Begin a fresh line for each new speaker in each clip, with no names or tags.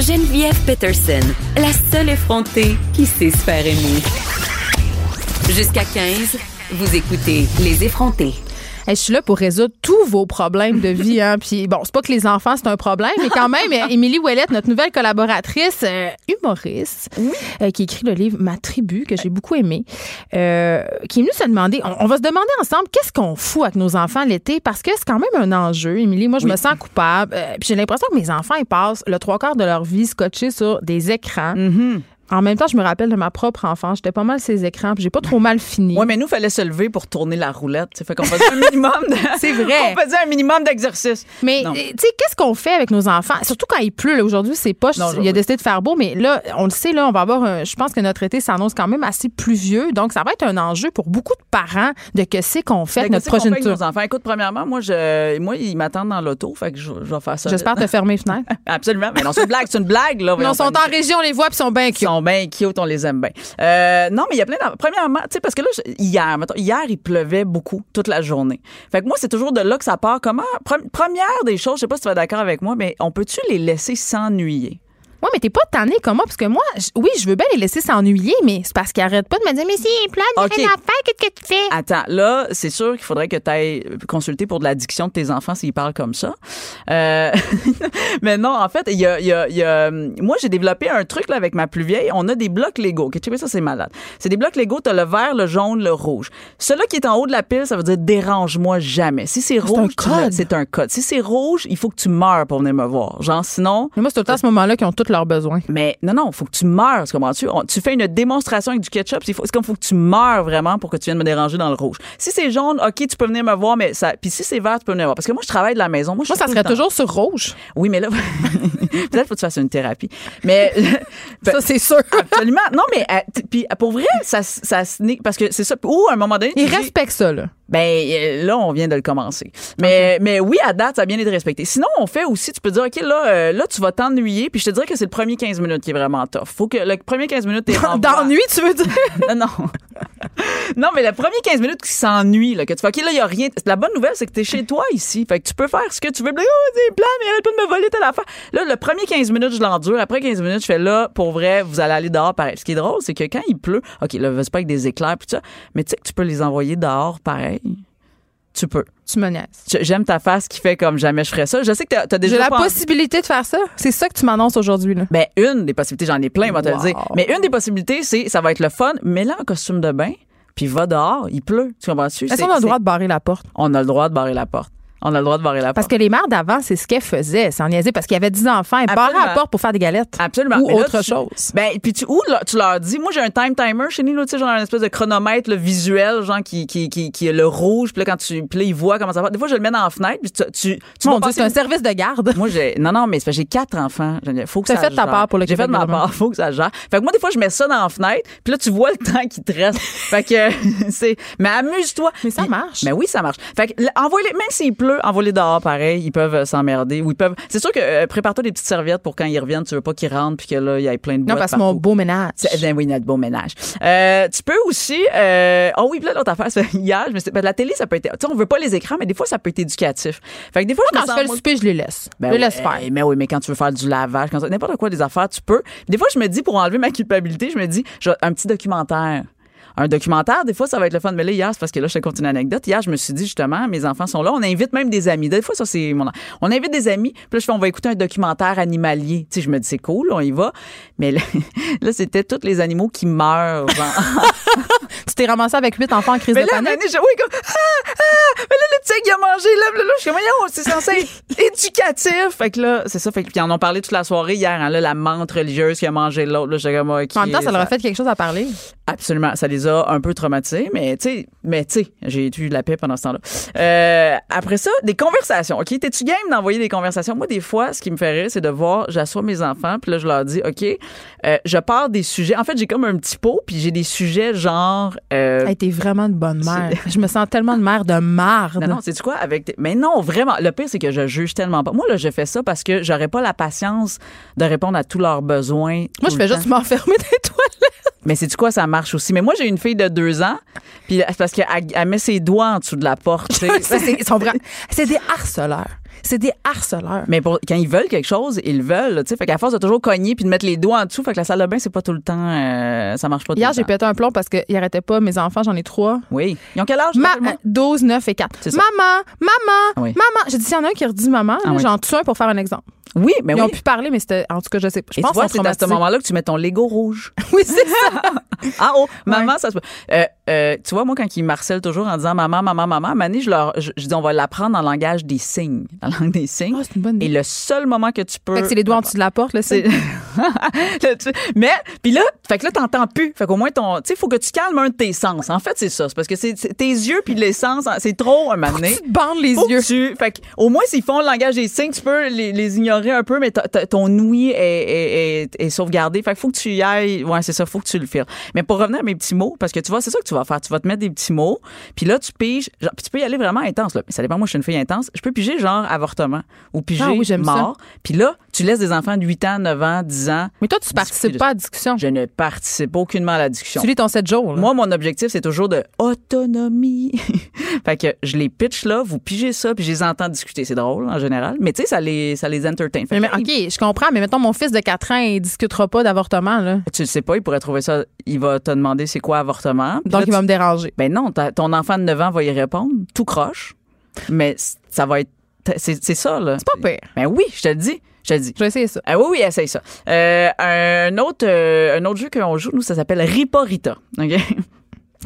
Geneviève Peterson, la seule effrontée qui sait se faire aimer. Jusqu'à 15, vous écoutez Les effrontés.
Hey, je suis là pour résoudre tous vos problèmes de vie. Hein. Puis bon, c'est pas que les enfants, c'est un problème, mais quand même, euh, Émilie Ouellette, notre nouvelle collaboratrice, euh, humoriste, euh, qui écrit le livre Ma tribu, que j'ai beaucoup aimé, euh, qui est venue se demander, on, on va se demander ensemble qu'est-ce qu'on fout avec nos enfants l'été, parce que c'est quand même un enjeu. Émilie, moi, je me sens coupable. Euh, puis j'ai l'impression que mes enfants, ils passent le trois quarts de leur vie scotchés sur des écrans. En même temps, je me rappelle de ma propre enfance. J'étais pas mal ces écrans, puis j'ai pas trop mal fini.
Ouais, mais nous, fallait se lever pour tourner la roulette. Ça fait qu'on faisait un minimum de...
C'est vrai.
On faisait un minimum d'exercice.
Mais
Non.
euh, tu sais, qu'est-ce qu'on fait avec nos enfants? Surtout quand il pleut. là. Aujourd'hui, c'est pas.
Non,
il a
aujourd'hui.
décidé de faire beau, mais là, on le sait, là, on va avoir. un- je pense que notre été s'annonce quand même assez pluvieux, donc ça va être un enjeu pour beaucoup de parents de que c'est qu'on fait avec
Fait que
notre
Ben, qu'est-ce qu'on fait
progéniture.
avec nos enfants. Écoute, premièrement, moi, je, moi ils m'attendent dans l'auto, fait que je, je vais faire ça.
J'espère te fermer les fenêtres.
Absolument. Mais non, c'est une blague, c'est une blague, là.
non,
Voyons,
ils sont
Fanny.
en région, on les voit, puis ils sont bien
Ils
cute.
sont bien cute, on les aime bien. Euh, non, mais il y a plein d'en- Premièrement, tu sais, parce que là, je- hier, mettons, hier, il pleuvait beaucoup toute la journée. Fait que moi, c'est toujours de là que ça part. Comment? pre- Première des choses, je sais pas si tu vas être d'accord avec moi, mais on peut-tu les laisser s'ennuyer?
Ouais, mais t'es pas tanné comme moi, parce que moi, j- oui, je veux bien les laisser s'ennuyer, mais c'est parce qu'ils arrêtent pas de me dire, mais si, il pleut, il y a
Ok. Ah.
rien à faire, qu'est-ce que tu fais?
Attends, là, c'est sûr qu'il faudrait que tu ailles consulter pour de l'addiction de tes enfants s'ils parlent comme ça. Euh, mais non, en fait, il y a, il y a- il y a- moi, j'ai développé un truc là, avec ma plus vieille. On a des blocs Lego. Ok, tu sais, ça, c'est malade. C'est des blocs Lego, tu le vert, le jaune, le rouge. Celui-là qui est en haut de la pile, ça veut dire dérange-moi jamais. Si c'est
un
rouge, tu le-
code.
c'est un code. Si c'est rouge, il faut que tu meurs pour venir me voir. Genre, sinon,
Mais moi, c'est tout le temps à ce moment-là qu'ils ont tous leurs besoins.
mais non, non, faut que tu meurs, tu comprends-tu? On- Tu fais une démonstration avec du ketchup, c'est faut- c'est comme faut que tu meurs vraiment pour que tu viennes me déranger dans le rouge. Si c'est jaune, OK, tu peux venir me voir, mais ça. Puis si c'est vert, tu peux venir me voir. Parce que moi, je travaille de la maison. Moi, je
Moi,
suis
ça
tout le
serait
temps-
toujours sur rouge.
Oui, mais là, peut-être faut que tu fasses une thérapie. Mais. Ben,
Ça, c'est sûr.
Absolument. Non, mais euh, t- puis pour vrai, ça, s- ça se n'est- parce que c'est ça. Ou à un moment donné, tu
Ils
dis-
respectent ça, là.
ben euh, là, on vient de le commencer. Mais, mais oui, à date, ça a bien été respecté. Sinon, on fait aussi, tu peux dire, OK, là, euh, là tu vas t'ennuyer, puis je te dirais que c'est le premier 15 minutes qui est vraiment tough. Faut que le premier 15 minutes, t'es en voie-
D'ennui, tu veux dire?
Non, non. non, mais le premier 15 minutes qui s'ennuie, là, que tu fais, OK, là, il n'y a rien. La bonne nouvelle, c'est que tu es chez toi ici. Fait que tu peux faire ce que tu veux. Puis là, Oh, c'est plat, mais arrête pas de me voler telle affaire. Là, le premier 15 minutes, je l'endure. Après 15 minutes, je fais là, pour vrai, vous allez aller dehors pareil. Ce qui est drôle, c'est que quand il pleut, OK, là, c'est pas avec des éclairs, puis tout ça, mais tu sais que tu peux les envoyer dehors pareil. Tu peux.
Tu me niaises.
Je- J'aime ta face qui fait comme jamais je ferais ça. Je sais que t'as as déjà
J'ai la
pas envie-
possibilité de faire ça. C'est ça que tu m'annonces aujourd'hui, là.
ben, une des possibilités, j'en ai plein, moi, te le
Wow.
dire. Mais une des possibilités, c'est ça va être le fun, mais là, en costume de bain, puis va dehors, il pleut. Tu comprends-tu?
Est-ce
C'est-
qu'on a le
c'est-
droit de barrer la porte?
On a le droit de barrer la porte. On a le droit de barrer la
Parce
porte.
que les mères d'avant, c'est ce qu'elles faisaient. C'est en niaiser parce qu'il y avait 10 enfants. Elles barraient la
Absolument.
porte pour faire des galettes.
Absolument.
Ou
Mais là,
autre
tu-
chose.
Ben, puis tu, ou là, tu leur dis, moi j'ai un time timer chez nous, là, tu sais, genre un espèce de chronomètre là, visuel, genre qui, qui, qui, qui est le rouge, puis là, quand tu, puis là, ils voient comment ça va. Des fois, je le mets dans la fenêtre, puis tu, tu, tu
Mon Dieu,
vas passer
c'est un
une-
service de garde.
Moi, j'ai. Non, non, mais c'est parce que j'ai quatre enfants. Geneviève. Faut que
T'as
ça
fait ta
gère.
part pour le
J'ai fait
Québec
ma
gouvernement.
part. Faut que ça gère. Fait que moi, des fois, je mets ça dans la fenêtre, puis là, tu vois le temps qui te reste. fait que c'est. Mais amuse-toi.
Mais ça
Puis-
marche.
Mais oui, ça marche. Fait que, l- envoie-les, même s'il pleut, envoie-les dehors, pareil. Ils peuvent euh, s'emmerder. Ou ils peuvent. C'est sûr que euh, prépare-toi des petites serviettes pour quand ils reviennent. Tu veux pas qu'ils rentrent, puis que là, il y ait plein de
Non,
boîtes
parce que mon
partout.
beau ménage.
C'est- Ben oui, notre beau ménage. Euh, tu peux aussi. Euh, oh oui, puis là, l'autre affaire, c'est hier, je me suis dit, ben, la télé, ça peut être. Tu sais, on veut pas les écrans, mais des fois, ça peut être éducatif. Fait que des fois, je me
Quand je
sens,
fais le
moi,
souper, je les laisse.
ben
je les laisse
oui,
faire.
hey, Mais oui, mais quand tu veux faire du lavage, quand ça- n'importe quoi des affaires, tu peux. Des fois, je me dis pour enlever ma culpabilité, je me dis je- un petit documentaire. Un documentaire, des fois, ça va être le fun. Mais là, hier, c'est parce que là, je te compte une anecdote. Hier, je me suis dit, justement, mes enfants sont là. On invite même des amis. Des fois, ça, c'est mon. On invite des amis. Puis là, je fais, on va écouter un documentaire animalier. Tu sais, je me dis, c'est cool, on y va. Mais là, là, c'était tous les animaux qui meurent. genre.
Tu t'es ramassé avec huit enfants en crise
Mais
de
là, à un moment
panique.
donné, je- oui, comme, ah, Ah, mais là, le tigre, il a mangé. Là, là, là je suis comme, voyons, c'est censé être éducatif. Fait que là, c'est ça. Fait que, puis, ils en ont parlé toute la soirée hier. hein, là, la menthe religieuse qui a mangé l'autre. Là, j'étais comme, OK,
En même temps, ça leur a fait quelque chose à parler.
Absolument. Ça les a un peu traumatisés, mais tu sais, mais tu sais, j'ai eu de la paix pendant ce temps-là. Euh, après ça, des conversations. OK, t'es-tu game d'envoyer des conversations? Moi, des fois, ce qui me fait rire, c'est de voir, j'assois mes enfants, puis là, je leur dis, OK, euh, je pars des sujets. En fait, j'ai comme un petit pot, puis j'ai des sujets genre. euh,
Hey, t'es vraiment une bonne mère. Je me sens tellement de mère de marde.
non, non, c'est quoi avec tes- Mais non, vraiment, le pire c'est que je juge tellement pas. Moi là, je fais ça parce que j'aurais pas la patience de répondre à tous leurs besoins.
Moi,
tout
je
le
fais
temps.
juste m'enfermer dans les toilettes.
Mais c'est du quoi ça marche aussi. Mais moi j'ai une fille de deux ans, puis c'est parce qu'elle elle met ses doigts en dessous de la porte. tu sais.
Ça, c'est- ils sont vra- C'est des harceleurs. C'est des harceleurs.
Mais pour, quand ils veulent quelque chose, ils le veulent. là, Tu sais, fait qu'à force de toujours cogner puis de mettre les doigts en dessous, fait que la salle de bain c'est pas tout le temps, euh, ça marche pas. Tout
Hier,
le
j'ai
temps.
pété un plomb parce qu'ils arrêtaient pas mes enfants, j'en ai trois.
Oui. Ils ont quel âge
Ma-
rappelle-moi?
12, 9 et 4.
C'est ça.
Maman, maman,
Ah oui.
maman. J'ai dit, s'il y en a un qui redit maman,
Ah
là,
oui.
j'en tue un pour faire un exemple.
Oui, mais
Ils
oui.
ont pu parler, mais c'était. En tout cas, je sais pas. Je
Et tu
pense
vois,
qu'ils sont
c'est à ce
traumatisés.
moment-là que tu mets ton Lego rouge.
Oui, c'est ça.
Ah oh, maman, ça se peut. Euh, euh, tu vois, moi, quand ils marcellent toujours en disant maman, maman, maman, Mané, je leur je, je dis on va l'apprendre en langage des signes. Dans la langue des signes.
Oh, c'est une bonne
Et
idée.
le seul moment que tu peux.
Fait que c'est les doigts en dessous de la porte, là. C'est.
Là, tu- Mais, puis là, fait que là, t'entends plus. Fait qu'au moins, ton. Tu sais, faut que tu calmes un de tes sens. En fait, c'est ça. C'est parce que c'est c'est tes yeux puis les sens, c'est trop un moment donné.
Tu te bandes les
Faut que
yeux.
tu- fait que, au moins, s'ils font le langage des signes, tu peux les, les ignorer un peu, mais ta- ta- ton ouïe est, est, est- est sauvegardée. Fait que faut que tu y ailles. Ouais, c'est ça, faut que tu le files. Mais pour revenir à mes petits mots, parce que tu vois, c'est ça que tu vas faire. Tu vas te mettre des petits mots, puis là, tu piges. genre- puis tu peux y aller vraiment intense, là. Mais ça dépend, moi, je suis une fille intense. Je peux piger genre avortement ou piger
Ah oui, j'aime ça.
mort. Puis là, tu laisses des enfants de 8 ans, 9 ans, 10 ans.
Mais toi, tu participes
de-
pas à la discussion.
Je ne participe aucunement à la discussion.
Tu lis ton 7 jours, là.
Moi, mon objectif, c'est toujours de autonomie. fait que je les pitch là, vous pigez ça, puis je les entends discuter. C'est drôle, en général. Mais tu sais, ça les, ça les entertain. Fait
Mais,
que
mais, OK, je comprends, mais mettons, mon fils de 4 ans, il discutera pas d'avortement, là.
il- Tu le sais pas, il pourrait trouver ça. Il va te demander c'est quoi avortement. Puis
Donc,
là,
il va
tu-
me déranger.
Ben non, ta- ton enfant de 9 ans va y répondre, tout croche. Mais c- ça va être. C'est c'est ça, là.
C'est pas pire.
Ben oui, je te le dis. Je te le dis.
Je vais essayer ça.
Ah oui, oui, essaye ça. Euh, un, autre, euh, un autre jeu qu'on joue, nous, ça s'appelle Riporita. OK?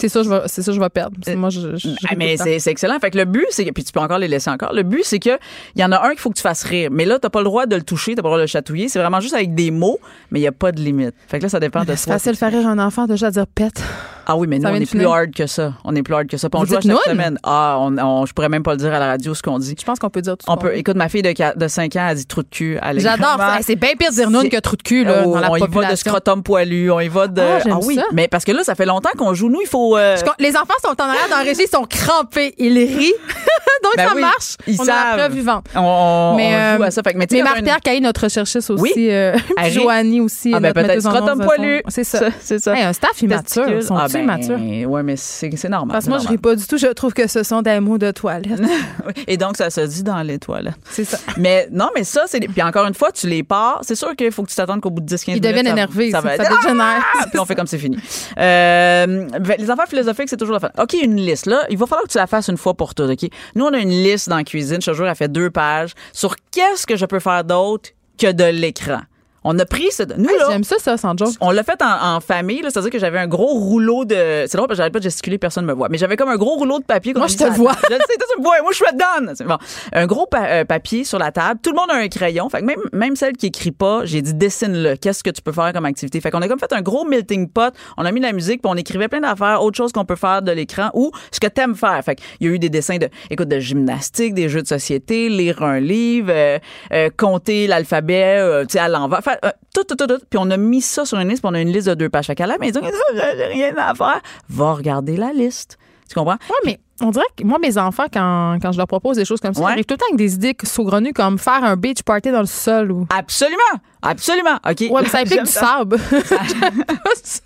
C'est ça, je vais, c'est ça, je vais perdre. Parce que Moi, je. je- je
Ah, mais
récoute pas.
c'est c'est excellent. Fait que le but, c'est que- puis tu peux encore les laisser encore. Le but, c'est que il y en a un qu'il faut que tu fasses rire. Mais là, t'as pas le droit de le toucher, t'as pas le droit de le chatouiller. C'est vraiment juste avec des mots, mais il y a pas de limite. Fait que là, ça dépend de
C'est
toi.
facile de faire rire un enfant déjà à dire pète.
Ah oui, mais nous,
Ça
on
vient de
est plus
finir.
hard que ça. On est plus hard que ça. Puis on
Vous
joue à
dites
chaque
noun?
semaine. Ah, on, on- je pourrais même pas le dire à la radio ce qu'on dit.
Je pense qu'on peut dire tout ce
On
qu'on
peut.
veut.
Écoute, ma fille de, qua- de 5 ans a dit trou de cul. à l'écran.
J'adore ça. Hey, C'est bien pire de dire noun
C'est-
que trou de cul, là,
Oh,
dans la
on y
population.
va de scrotum poilu, on y va de.
Ah, j'aime
oui,
ça.
mais parce que là, ça fait longtemps qu'on joue. Nous, il faut. euh,
Parce que Les enfants sont en arrière dans la régie, ils sont crampés. Ils rient. Donc,
Ben
ça
oui,
marche.
ils
on a la
savent.
preuve vivante.
on, on joue
euh,
à ça. Fait que, mais tu sais,
mais
d'avoir une-
Marc-Pierre Caillé, notre recherchiste aussi,
Oui.
euh, puis
Elle rit.
Joanie aussi,
Ah ben
notre
peut-être
metteuse en
scrotum
ondes,
poilu.
C'est ça.
C'est ça. Ah,
Hey, un staff immature,
Testicules.
ils sont tous immatures.
ben, Ouais, mais c'est c'est normal.
Parce que
c'est
moi, je ris
normal.
pas du tout. Je trouve que ce sont des mots de toilette.
Oui. Et donc ça se dit dans les toilettes.
C'est ça.
Mais non, mais ça c'est puis encore une fois, tu les pars, c'est sûr qu'il faut que tu t'attendes qu'au bout de 10 15
Ils
minutes.
deviennent
ça-
énervés.
Ça
Ça,
va
ça
être
dégénère.
Ah! Puis on fait comme c'est fini. Euh, ben, les affaires philosophiques, c'est toujours la fin. OK, une liste. Là, il va falloir que tu la fasses une fois pour toutes. OK? Nous, on a une liste dans la cuisine. Je te jure, elle fait deux pages sur qu'est-ce que je peux faire d'autre que de l'écran. On a pris ce. Nous,
Hey,
là,
Ah, J'aime ça, ça, sans joke.
On l'a fait en, en famille, là, c'est-à-dire que j'avais un gros rouleau de. C'est drôle parce que j'arrête pas de gesticuler, personne me voit. Mais j'avais comme un gros rouleau de papier. qu'on
Moi,
a
je
mis
te
sur la
vois.
table. Je le sais, toi, tu me vois. Moi, je suis dedans. C'est Bon. Un gros pa- euh, papier sur la table. Tout le monde a un crayon. Fait que même, même celle qui écrit pas, j'ai dit dessine-le. Qu'est-ce que tu peux faire comme activité? Fait qu'on a comme fait un gros melting pot. On a mis de la musique, puis on écrivait plein d'affaires, autre chose qu'on peut faire de l'écran ou ce que t'aimes faire. Fait qu'il y a eu des dessins de, écoute, de gymnastique, des jeux de société, lire un livre, euh, euh, compter l'alphabet, euh, tu sais, à l'envers. Fait, euh, tout, tout, tout, tout. Puis on a mis ça sur une liste, puis on a une liste de deux pages. Fait qu'à la maison, j'ai rien à faire. Va regarder la liste. Tu comprends?
Ouais, mais on dirait que moi, mes enfants, quand, quand je leur propose des choses comme ça,
Ouais.
ils arrivent tout le temps avec des idées saugrenues comme faire un beach party dans le sol ou.
Absolument! Absolument! OK?
Ouais, mais ça implique
J'aime
du sable. J'aime pas ça.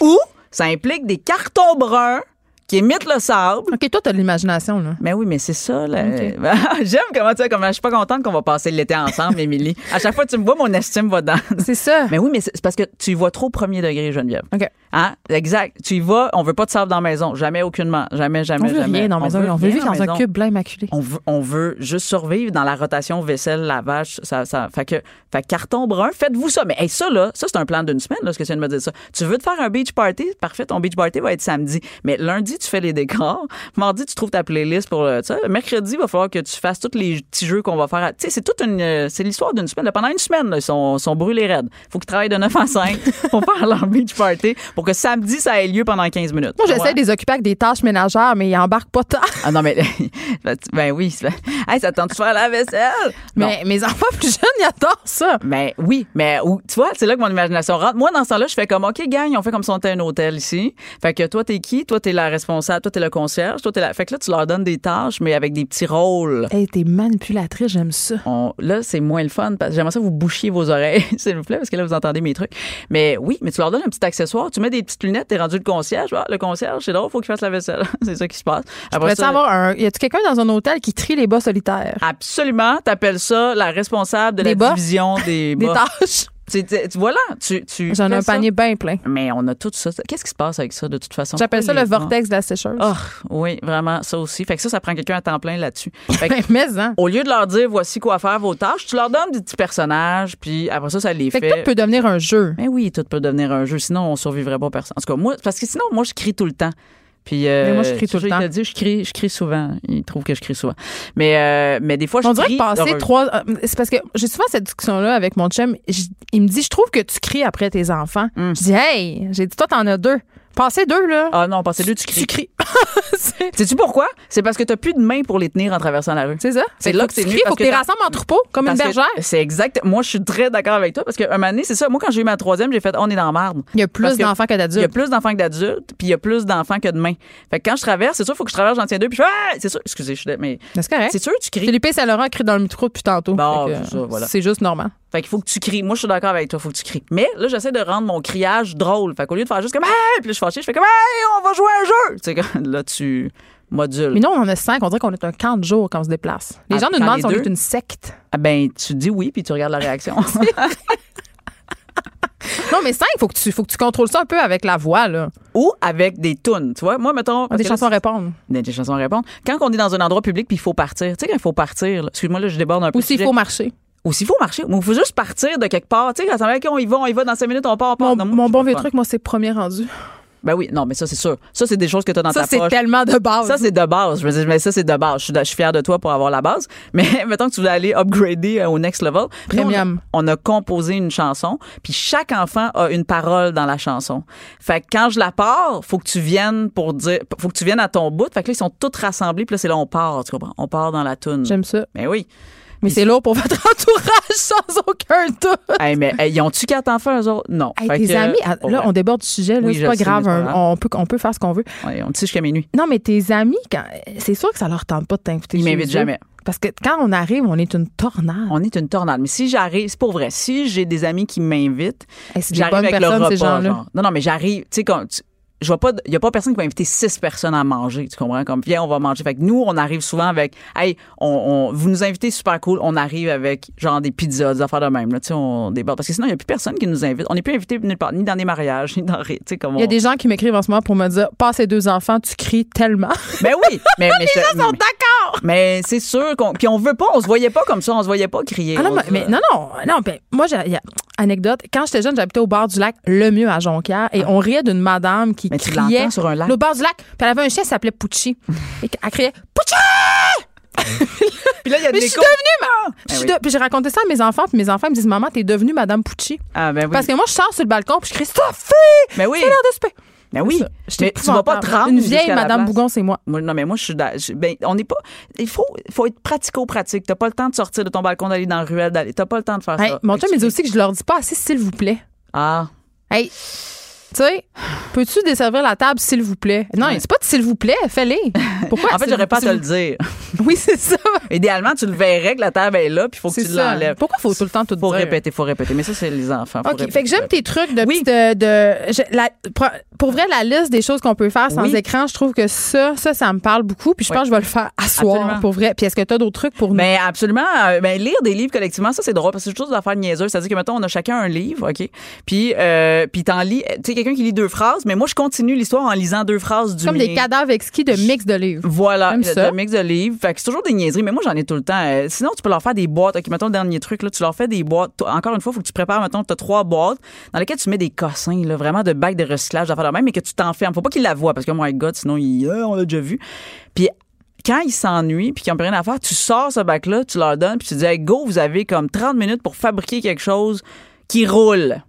Ou ça implique des cartons bruns qui émettent le sable.
OK, toi, t'as de l'imagination, là.
Mais oui, mais c'est ça. là.
Ok.
J'aime comment tu sais, comment je suis pas contente qu'on va passer l'été ensemble, Émilie. À chaque fois que tu me vois, mon estime va dans.
C'est ça.
Mais oui, mais c'est c'est parce que tu y vois trop au premier degré, Geneviève.
OK.
Hein? Exact. Tu y vas, on veut pas de sable dans la maison. Jamais, aucunement. Jamais,
On
jamais,
veut
jamais.
rien dans la maison. On veut
rien
vivre
la
dans un
maison.
cube blanc immaculé.
On veut, on veut juste survivre dans la rotation vaisselle, lavage, ça, ça, fait que, fait que carton brun, faites-vous ça. Mais hey, ça, là, ça, c'est un plan d'une semaine, là, ce que tu viens de me dire ça. Tu veux te faire un beach party? Parfait, ton beach party va être samedi. Mais lundi, tu fais les décors. Mardi, tu trouves ta playlist pour le. tu sais, Mercredi, il va falloir que tu fasses tous les petits jeux qu'on va faire. à- Tu sais, c'est toute une. euh, C'est l'histoire d'une semaine. là. Pendant une semaine, là, ils sont, sont brûlés raides. Faut qu'ils travaillent de 9 à 5 pour faire leur beach party pour que samedi, ça ait lieu pendant 15 minutes.
Moi, j'essaie
Ouais.
de les occuper avec des tâches ménagères, mais ils embarquent pas tant.
Ah non, mais. ben oui. c'est- Hey, ça tente de faire la vaisselle. Non.
Mais mes enfants plus jeunes, ils adorent ça.
Mais oui, mais ou- tu vois, c'est là que mon imagination rentre. Moi, dans ce temps-là, je fais comme, OK, gang, on fait comme si on était un hôtel ici. Fait que toi, t'es qui? Toi, t'es la responsable. Toi, t'es le concierge. Toi, t'es la. Fait que là, tu leur donnes des tâches, mais avec des petits rôles.
Hey, t'es manipulatrice, j'aime ça.
On- là, c'est moins le fun. parce que J'aimerais ça que vous bouchiez vos oreilles, s'il vous plaît, parce que là, vous entendez mes trucs. Mais oui, mais tu leur donnes un petit accessoire. Tu mets des petites lunettes, t'es rendu le concierge. Ah, le concierge, c'est drôle, faut qu'il fasse la vaisselle. c'est ça Ah, qui se passe. Après
Pourrais-tu avoir un. Y a-tu quelqu'un dans un hôtel qui trie les bas solitaires?
Absolument, t'appelles ça la responsable de
Des
la
bas.
division des
Des
bas.
tâches?
Tu- tu- tu- voilà, tu, tu
J'en ai
fais
un
ça.
panier bien plein.
Mais on a tout ça. Qu'est-ce qui se passe avec ça de toute façon?
J'appelle ça
Pourquoi
le
les gens-
vortex de la sécheuse.
Oh, oui, vraiment, ça aussi. Fait que ça, ça prend quelqu'un à temps plein là-dessus. Fait que,
Ben, mais, hein.
au lieu de leur dire voici quoi faire vos tâches, tu leur donnes des petits personnages, puis après ça, ça les
Fait
fait.
que tout peut devenir un jeu.
Mais oui, tout peut devenir un jeu. Sinon, on survivrait pas personne. En tout cas, moi, parce que sinon, moi, je crie tout le temps. Puis, euh,
Mais moi, je crie tout le
il
temps.
t'a dit, je crie, je crie souvent. Il trouve que je crie souvent. Mais, euh, mais des fois, je
On dirait
crie
que passer
d'horreur.
trois. euh, C'est parce que j'ai souvent cette discussion-là avec mon chum. Je- Il me dit Je trouve que tu cries après tes enfants.
Mm.
Je dis Hey, j'ai dit Toi, t'en as deux. Passer deux, là.
Ah non, passez deux, tu cries.
Tu cries. C'est-
Sais-tu pourquoi? C'est parce que t'as plus de mains pour les tenir en traversant la rue.
C'est ça.
C'est
Fait
là
faut
que
tu
c'est mieux
cries, faut
parce
que
que
tu
t'as-
rassembles en troupeau, comme une
Parce que
bergère.
C'est exact. Moi, je suis très d'accord avec toi parce qu'un moment donné, c'est ça. Moi, quand j'ai eu ma troisième, j'ai fait on est dans la marde.
Il y a
parce
plus
que-
d'enfants que
Il y a
d'adultes.
plus d'enfants que d'adultes, puis il y a plus d'enfants que de mains. Fait que quand je traverse, c'est sûr, faut que je traverse, j'en tiens deux, puis je fais, Ah! c'est sûr. Excusez, je suis. Mais
Hein? C'est correct.
c'est sûr, tu cries.
Philippe Saint-Laurent crie dans le micro depuis tantôt.
Bon,
Fait que,
c'est ça, voilà.
C'est juste normal.
Fait qu'il faut que tu cries. Moi, je suis d'accord avec toi, faut que tu cries. Mais là, j'essaie de rendre mon criage drôle. Fait qu'au lieu de faire juste comme, hey, puis là, je suis fâché, je fais comme, hey, on va jouer à un jeu. Tu sais, comme, là, tu modules.
Mais nous, on en a cinq. On dirait qu'on est un camp de jour quand on se déplace. Les
Ah,
gens nous
quand
demandent
les
si on
deux?
est une secte.
Ah, ben, tu dis oui, puis tu regardes la réaction.
Non, mais cinq, faut que tu, faut que tu contrôles ça un peu avec la voix, là.
Ou avec des tunes, tu vois. Moi, mettons. parce
Des
que Ah, là,
chansons à répondre.
des, des chansons à répondre. Quand on est dans un endroit public puis il faut partir, tu sais quand il faut partir, là, excuse-moi là, je déborde un peu.
Ou
du
s'il
sujet.
faut marcher.
ou s'il faut marcher, ou il faut juste partir de quelque part, tu sais quand ça va qu'on y va, on y va dans cinq minutes, on part, on part.
Mon,
Non, moi,
mon
je
bon
suis
vieux
pas fan.
truc, moi, c'est premier rendu.
Ben oui, non mais ça c'est sûr. Ça c'est des choses que tu as dans
Ça,
ta
c'est
poche.
tellement de base.
Ça c'est de base. Je veux dire, mais ça c'est de base. Je suis, je suis fière de toi pour avoir la base, mais mettons que tu voulais aller upgrader euh, au next level. Nous, on a-
Premium.
On a composé une chanson, puis chaque enfant a une parole dans la chanson. Fait que quand je la pars, faut que tu viennes pour dire, faut que tu viennes à ton bout. Fait que là ils sont tous rassemblés, puis là c'est là on part, tu comprends On part dans la tune.
J'aime ça.
Mais oui.
Mais c'est lourd pour votre entourage sans aucun doute.
Hey, mais hey, ils ont-tu quatre enfants, eux autres? Non.
Hey,
Fait
tes
que-
amis, ah,
Oh,
là,
ouais.
on déborde du sujet, là,
Oui,
c'est
je
pas
sais,
grave,
mais c'est
hein,
pas grave.
on, peut, on peut faire ce qu'on veut.
Ouais, on tire jusqu'à minuit.
Non, mais tes amis, quand, c'est sûr que ça leur tente pas de t'inviter.
Ils
chez
m'invitent
eux.
jamais.
Parce que quand on arrive, on est une tornade.
On est une tornade. Mais si j'arrive, c'est pour vrai, si j'ai des amis qui m'invitent,
Hey, c'est des
j'arrive
bonnes
avec le
personnes,
repas.
ces gens-là.
genre. Non, non, mais j'arrive, tu sais, quand tu- je vois pas, il y a pas personne qui va inviter six personnes à manger, tu comprends? Comme, viens, on va manger. Fait que nous, on arrive souvent avec, hey, on, on- vous nous invitez super cool, on arrive avec, genre, des pizzas, des affaires de même, là, tu sais, on déborde. Parce que sinon, il y a plus personne qui nous invite. On n'est plus invité nulle part, ni dans des mariages, ni dans, rien, tu sais, comme
Il y a
on-
des gens qui m'écrivent en ce moment pour me dire Passez deux enfants, tu cries tellement.
Ben oui! Mais, mais je- mais-
d'accord
Mais c'est sûr qu'on. Puis on veut pas, on se voyait pas comme ça, on se voyait pas crier.
Ah non,
On euh,
mais, mais
se-
non, non, non, ben, moi, j'ai, y a- anecdote, quand j'étais jeune, j'habitais au bord du lac Le Mieux à Jonquière et on riait d'une madame qui
Ah. Mais tu
criait
l'entends sur un lac.
au bord du lac, puis elle avait un chien qui s'appelait Pucci. et elle criait Pucci!
Puis là, il y a
Mais
des
je suis
cons-
devenue, ma...
Ben
je suis
oui.
de- Puis j'ai raconté ça à mes enfants, puis mes enfants ils me disent Maman, t'es devenue Madame Pucci.
Ah, ben oui.
Parce que moi, je sors sur le balcon, puis je crie Sophie!
Mais oui.
C'est l'heure de souper.
Ben oui.
Ça, j'étais
Mais tu vas pas te
épouvantable.
rendre.
Une vieille
jusqu'à la
Madame
place.
Bougon, c'est moi.
Moi, non, mais moi, je suis. dans- je- Ben, on n'est pas. Il faut, faut être pratico-pratique. T'as pas le temps de sortir de ton balcon, d'aller dans la ruelle, d'aller. T'as pas le temps de faire
Hey,
Ah,
Ben,
ça.
mon chum,
Fait
il
que
dit
tu-
aussi que je leur dis pas assez, s'il vous plaît.
Ah.
Hey, tu sais, peux-tu desservir la table, s'il vous plaît? Non,
Ouais.
c'est pas de s'il vous plaît, fais-les. Pourquoi?
En fait,
s'il
j'aurais
vous-
pas à te
s'il
le dire.
vous- Oui, c'est ça.
Idéalement, tu le verrais que la table est là, puis faut que
C'est
tu
ça.
l'enlèves.
Pourquoi faut tout le temps tout
Faut
dire?
répéter, faut répéter. Mais ça, c'est les enfants. Faut
OK,
répéter.
fait que j'aime tes trucs de,
Oui.
de, de- je- la- pro- pour vrai la liste des choses qu'on peut faire sans
Oui.
écran, je trouve que ça ça ça me parle beaucoup puis je
Oui.
pense que je vais le faire à soir
Absolument. Ben,
pour vrai. Puis est-ce que tu as d'autres trucs pour nous
Mais absolument. Euh, ben, lire des livres collectivement, ça, c'est drôle parce que c'est toujours des affaires niaiseuses. C'est-à-dire que, mettons, on a chacun un livre, OK? Puis, euh, puis t'en lis. Tu sais, quelqu'un qui lit deux phrases, mais moi, je continue l'histoire en lisant deux phrases du
comme
mien.
des cadavres exquis de mix de livres.
Voilà,
J'aime
le,
ça.
le mix de livres. Fait Fait que c'est toujours des niaiseries, mais moi, j'en ai tout le temps. Euh, sinon, tu peux leur faire des boîtes. OK, mettons le dernier truc, là, tu leur fais des boîtes. Toi, Encore une fois, il faut que tu prépares, mettons, tu as trois boîtes dans lesquelles tu mets des cossins, là, vraiment de bacs de recyclage, d'affaires de même, mais que tu t'enfermes. Faut pas qu'ils la voient parce que, my God, sinon, ils, euh, on l'a déjà vu. Puis, quand ils s'ennuient puis qu'ils n'ont plus rien à faire, tu sors ce bac-là, tu leur donnes, puis tu dis, hey, go, vous avez comme 30 minutes pour fabriquer quelque chose qui roule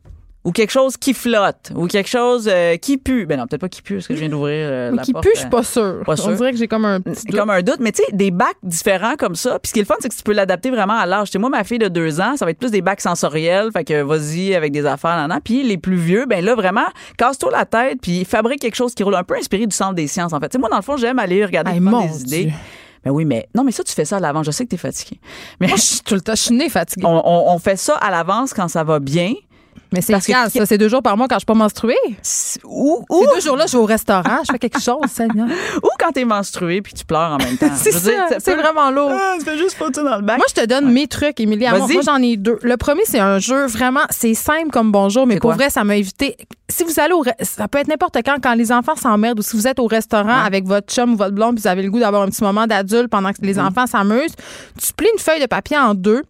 ou quelque chose qui flotte ou quelque chose euh, qui pue. Ben non, peut-être pas qui pue, parce que je viens d'ouvrir euh,
Mais
la
qui
porte.
pue, je suis pas sûre.
pas sûre. Mm.
On dirait que j'ai comme un petit
C'est comme un doute, mais tu sais, des bacs différents comme ça. Puis ce qui est le fun, c'est que tu peux l'adapter vraiment à l'âge. Tu sais, moi, ma fille de deux ans, ça va être plus des bacs sensoriels. Fait que vas-y avec des affaires, nan, nan. Puis les plus vieux, ben là, vraiment, casse-toi la tête, puis fabrique quelque chose qui roule un peu inspiré du centre des sciences, en fait. Tu sais, moi, dans le fond, j'aime aller regarder
Hey,
prendre
mon
des
Dieu.
idées. Mais oui, mais non, mais ça, tu fais ça à l'avant. Je sais que t'es fatigué. Mais
Moi, Ah, je suis tout le temps, je suis née fatiguée.
on, on- on fait ça à l'avance quand ça va bien.
Mais c'est
parce que-
efficace, ça. C'est deux jours par mois quand je suis pas menstruée.
C'est- Ou, ou,
Ces deux jours-là, je vais au restaurant, je fais quelque chose, Seigneur.
ou quand t'es menstrué puis tu pleures en même temps.
C'est
Je veux dire,
ça,
ça
c'est
peut-
vraiment lourd.
Ah, tu fais juste foutre dans le bac.
Moi, je te donne mes trucs, Émilie. Hamon.
Vas-y.
Moi, j'en ai deux. Le premier, c'est un jeu vraiment, c'est simple comme bonjour, mais
C'est
pour
quoi?
vrai, ça m'a évité. Si vous allez au. re- Ça peut être n'importe quand, quand les enfants s'emmerdent ou si vous êtes au restaurant avec votre chum ou votre blonde, puis vous avez le goût d'avoir un petit moment d'adulte pendant que les
Mm.
enfants s'amusent, tu plies une feuille de papier en deux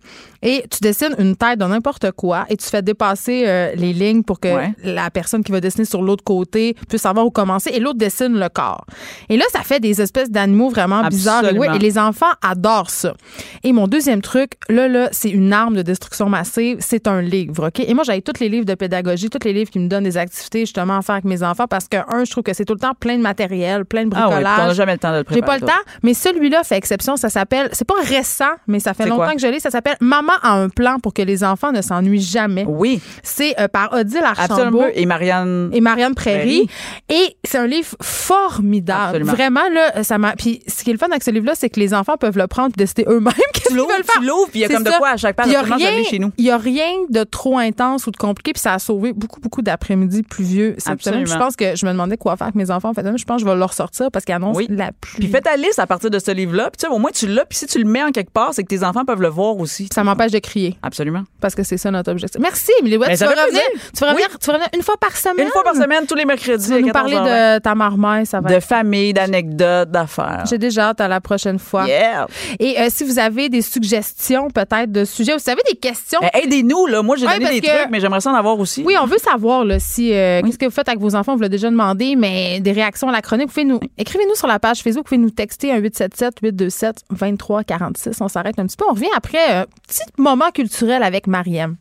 et tu dessines une tête de n'importe quoi et tu fais dépasser euh, les lignes pour que
Ouais.
la personne qui va dessiner sur l'autre côté puisse savoir où commencer et l'autre dessine le corps. Et là, ça fait des espèces d'animaux vraiment bizarres. Et, ouais,
Absolument.
et les enfants adorent ça. Et mon deuxième truc, là, là, c'est une arme de destruction massive, c'est un livre, OK? Et moi, j'avais tous les livres de pédagogie, tous les livres qui me donnent des activités justement à faire avec mes enfants parce que, un, je trouve que c'est tout le temps plein de matériel, plein de
Ah ouais,
bricolage.
puis t'en as jamais le temps de le
J'ai
préparer.
pas le
toi.
temps, mais celui-là fait exception. Ça s'appelle, c'est pas récent, mais ça fait
C'est
longtemps
quoi?
que je l'ai. Ça s'appelle Maman a un plan pour que les enfants ne s'ennuient jamais.
Oui,
C'est euh, par Odile Archambault
Oh. absolument. Et Marianne.
et Marianne Prairie. Et c'est un livre formidable.
Absolument.
Vraiment, là, ça m'a. Puis ce qui est le fun avec ce livre-là, c'est que les enfants peuvent le prendre et décider eux-mêmes qu'est-ce
Tu
qu'ils
l'ouvres,
veulent faire.
tu l'ouvres, puis il y a
C'est
comme de
ça.
quoi à chaque part.
Puis Il y a
Autrement, je l'avais
rien-
chez nous.
il y a rien de trop intense ou de compliqué, puis ça a sauvé beaucoup, beaucoup d'après-midi pluvieux cette semaine.
Absolument.
Puis Je pense que je me demandais quoi faire avec mes enfants. En fait, je pense que je vais leur sortir parce qu'ils annoncent
Oui.
la pluie.
Puis fais ta liste à partir de ce livre-là. Puis tu sais, au moins tu l'as. Puis si tu le mets en quelque part, c'est que tes enfants peuvent le voir aussi.
ça m'empêche de crier
Absolument.
parce que c'est ça notre objectif. Merci, Émilie
Ben,
Ouellette. Tu,
ça
vas
fait
revenir-
plaisir.
tu vas revenir- tu vas revenir une fois par semaine.
Une fois par semaine, tous les mercredis.
Ah. Tu vas
à
nous parler
14h20.
de ta marmaille, ça va
de
être-
famille, d'anecdotes, d'affaires.
J'ai déjà hâte à la prochaine fois.
Yeah.
Et euh, si vous avez des suggestions peut-être de sujets, ou si vous avez des questions,
Ben, Aidez-nous, là. Moi, j'ai
Ouais,
donné
parce
des
que-
trucs, mais j'aimerais ça en avoir aussi.
oui, on veut savoir là, si euh, qu'est-ce que vous faites avec vos enfants, on vous l'a déjà demandé, mais des réactions à la chronique, vous pouvez nous écrivez-nous sur la page Facebook, vous pouvez nous texter un 877 827 2346. On s'arrête un petit peu, on revient après un petit moment culturel avec Mariam.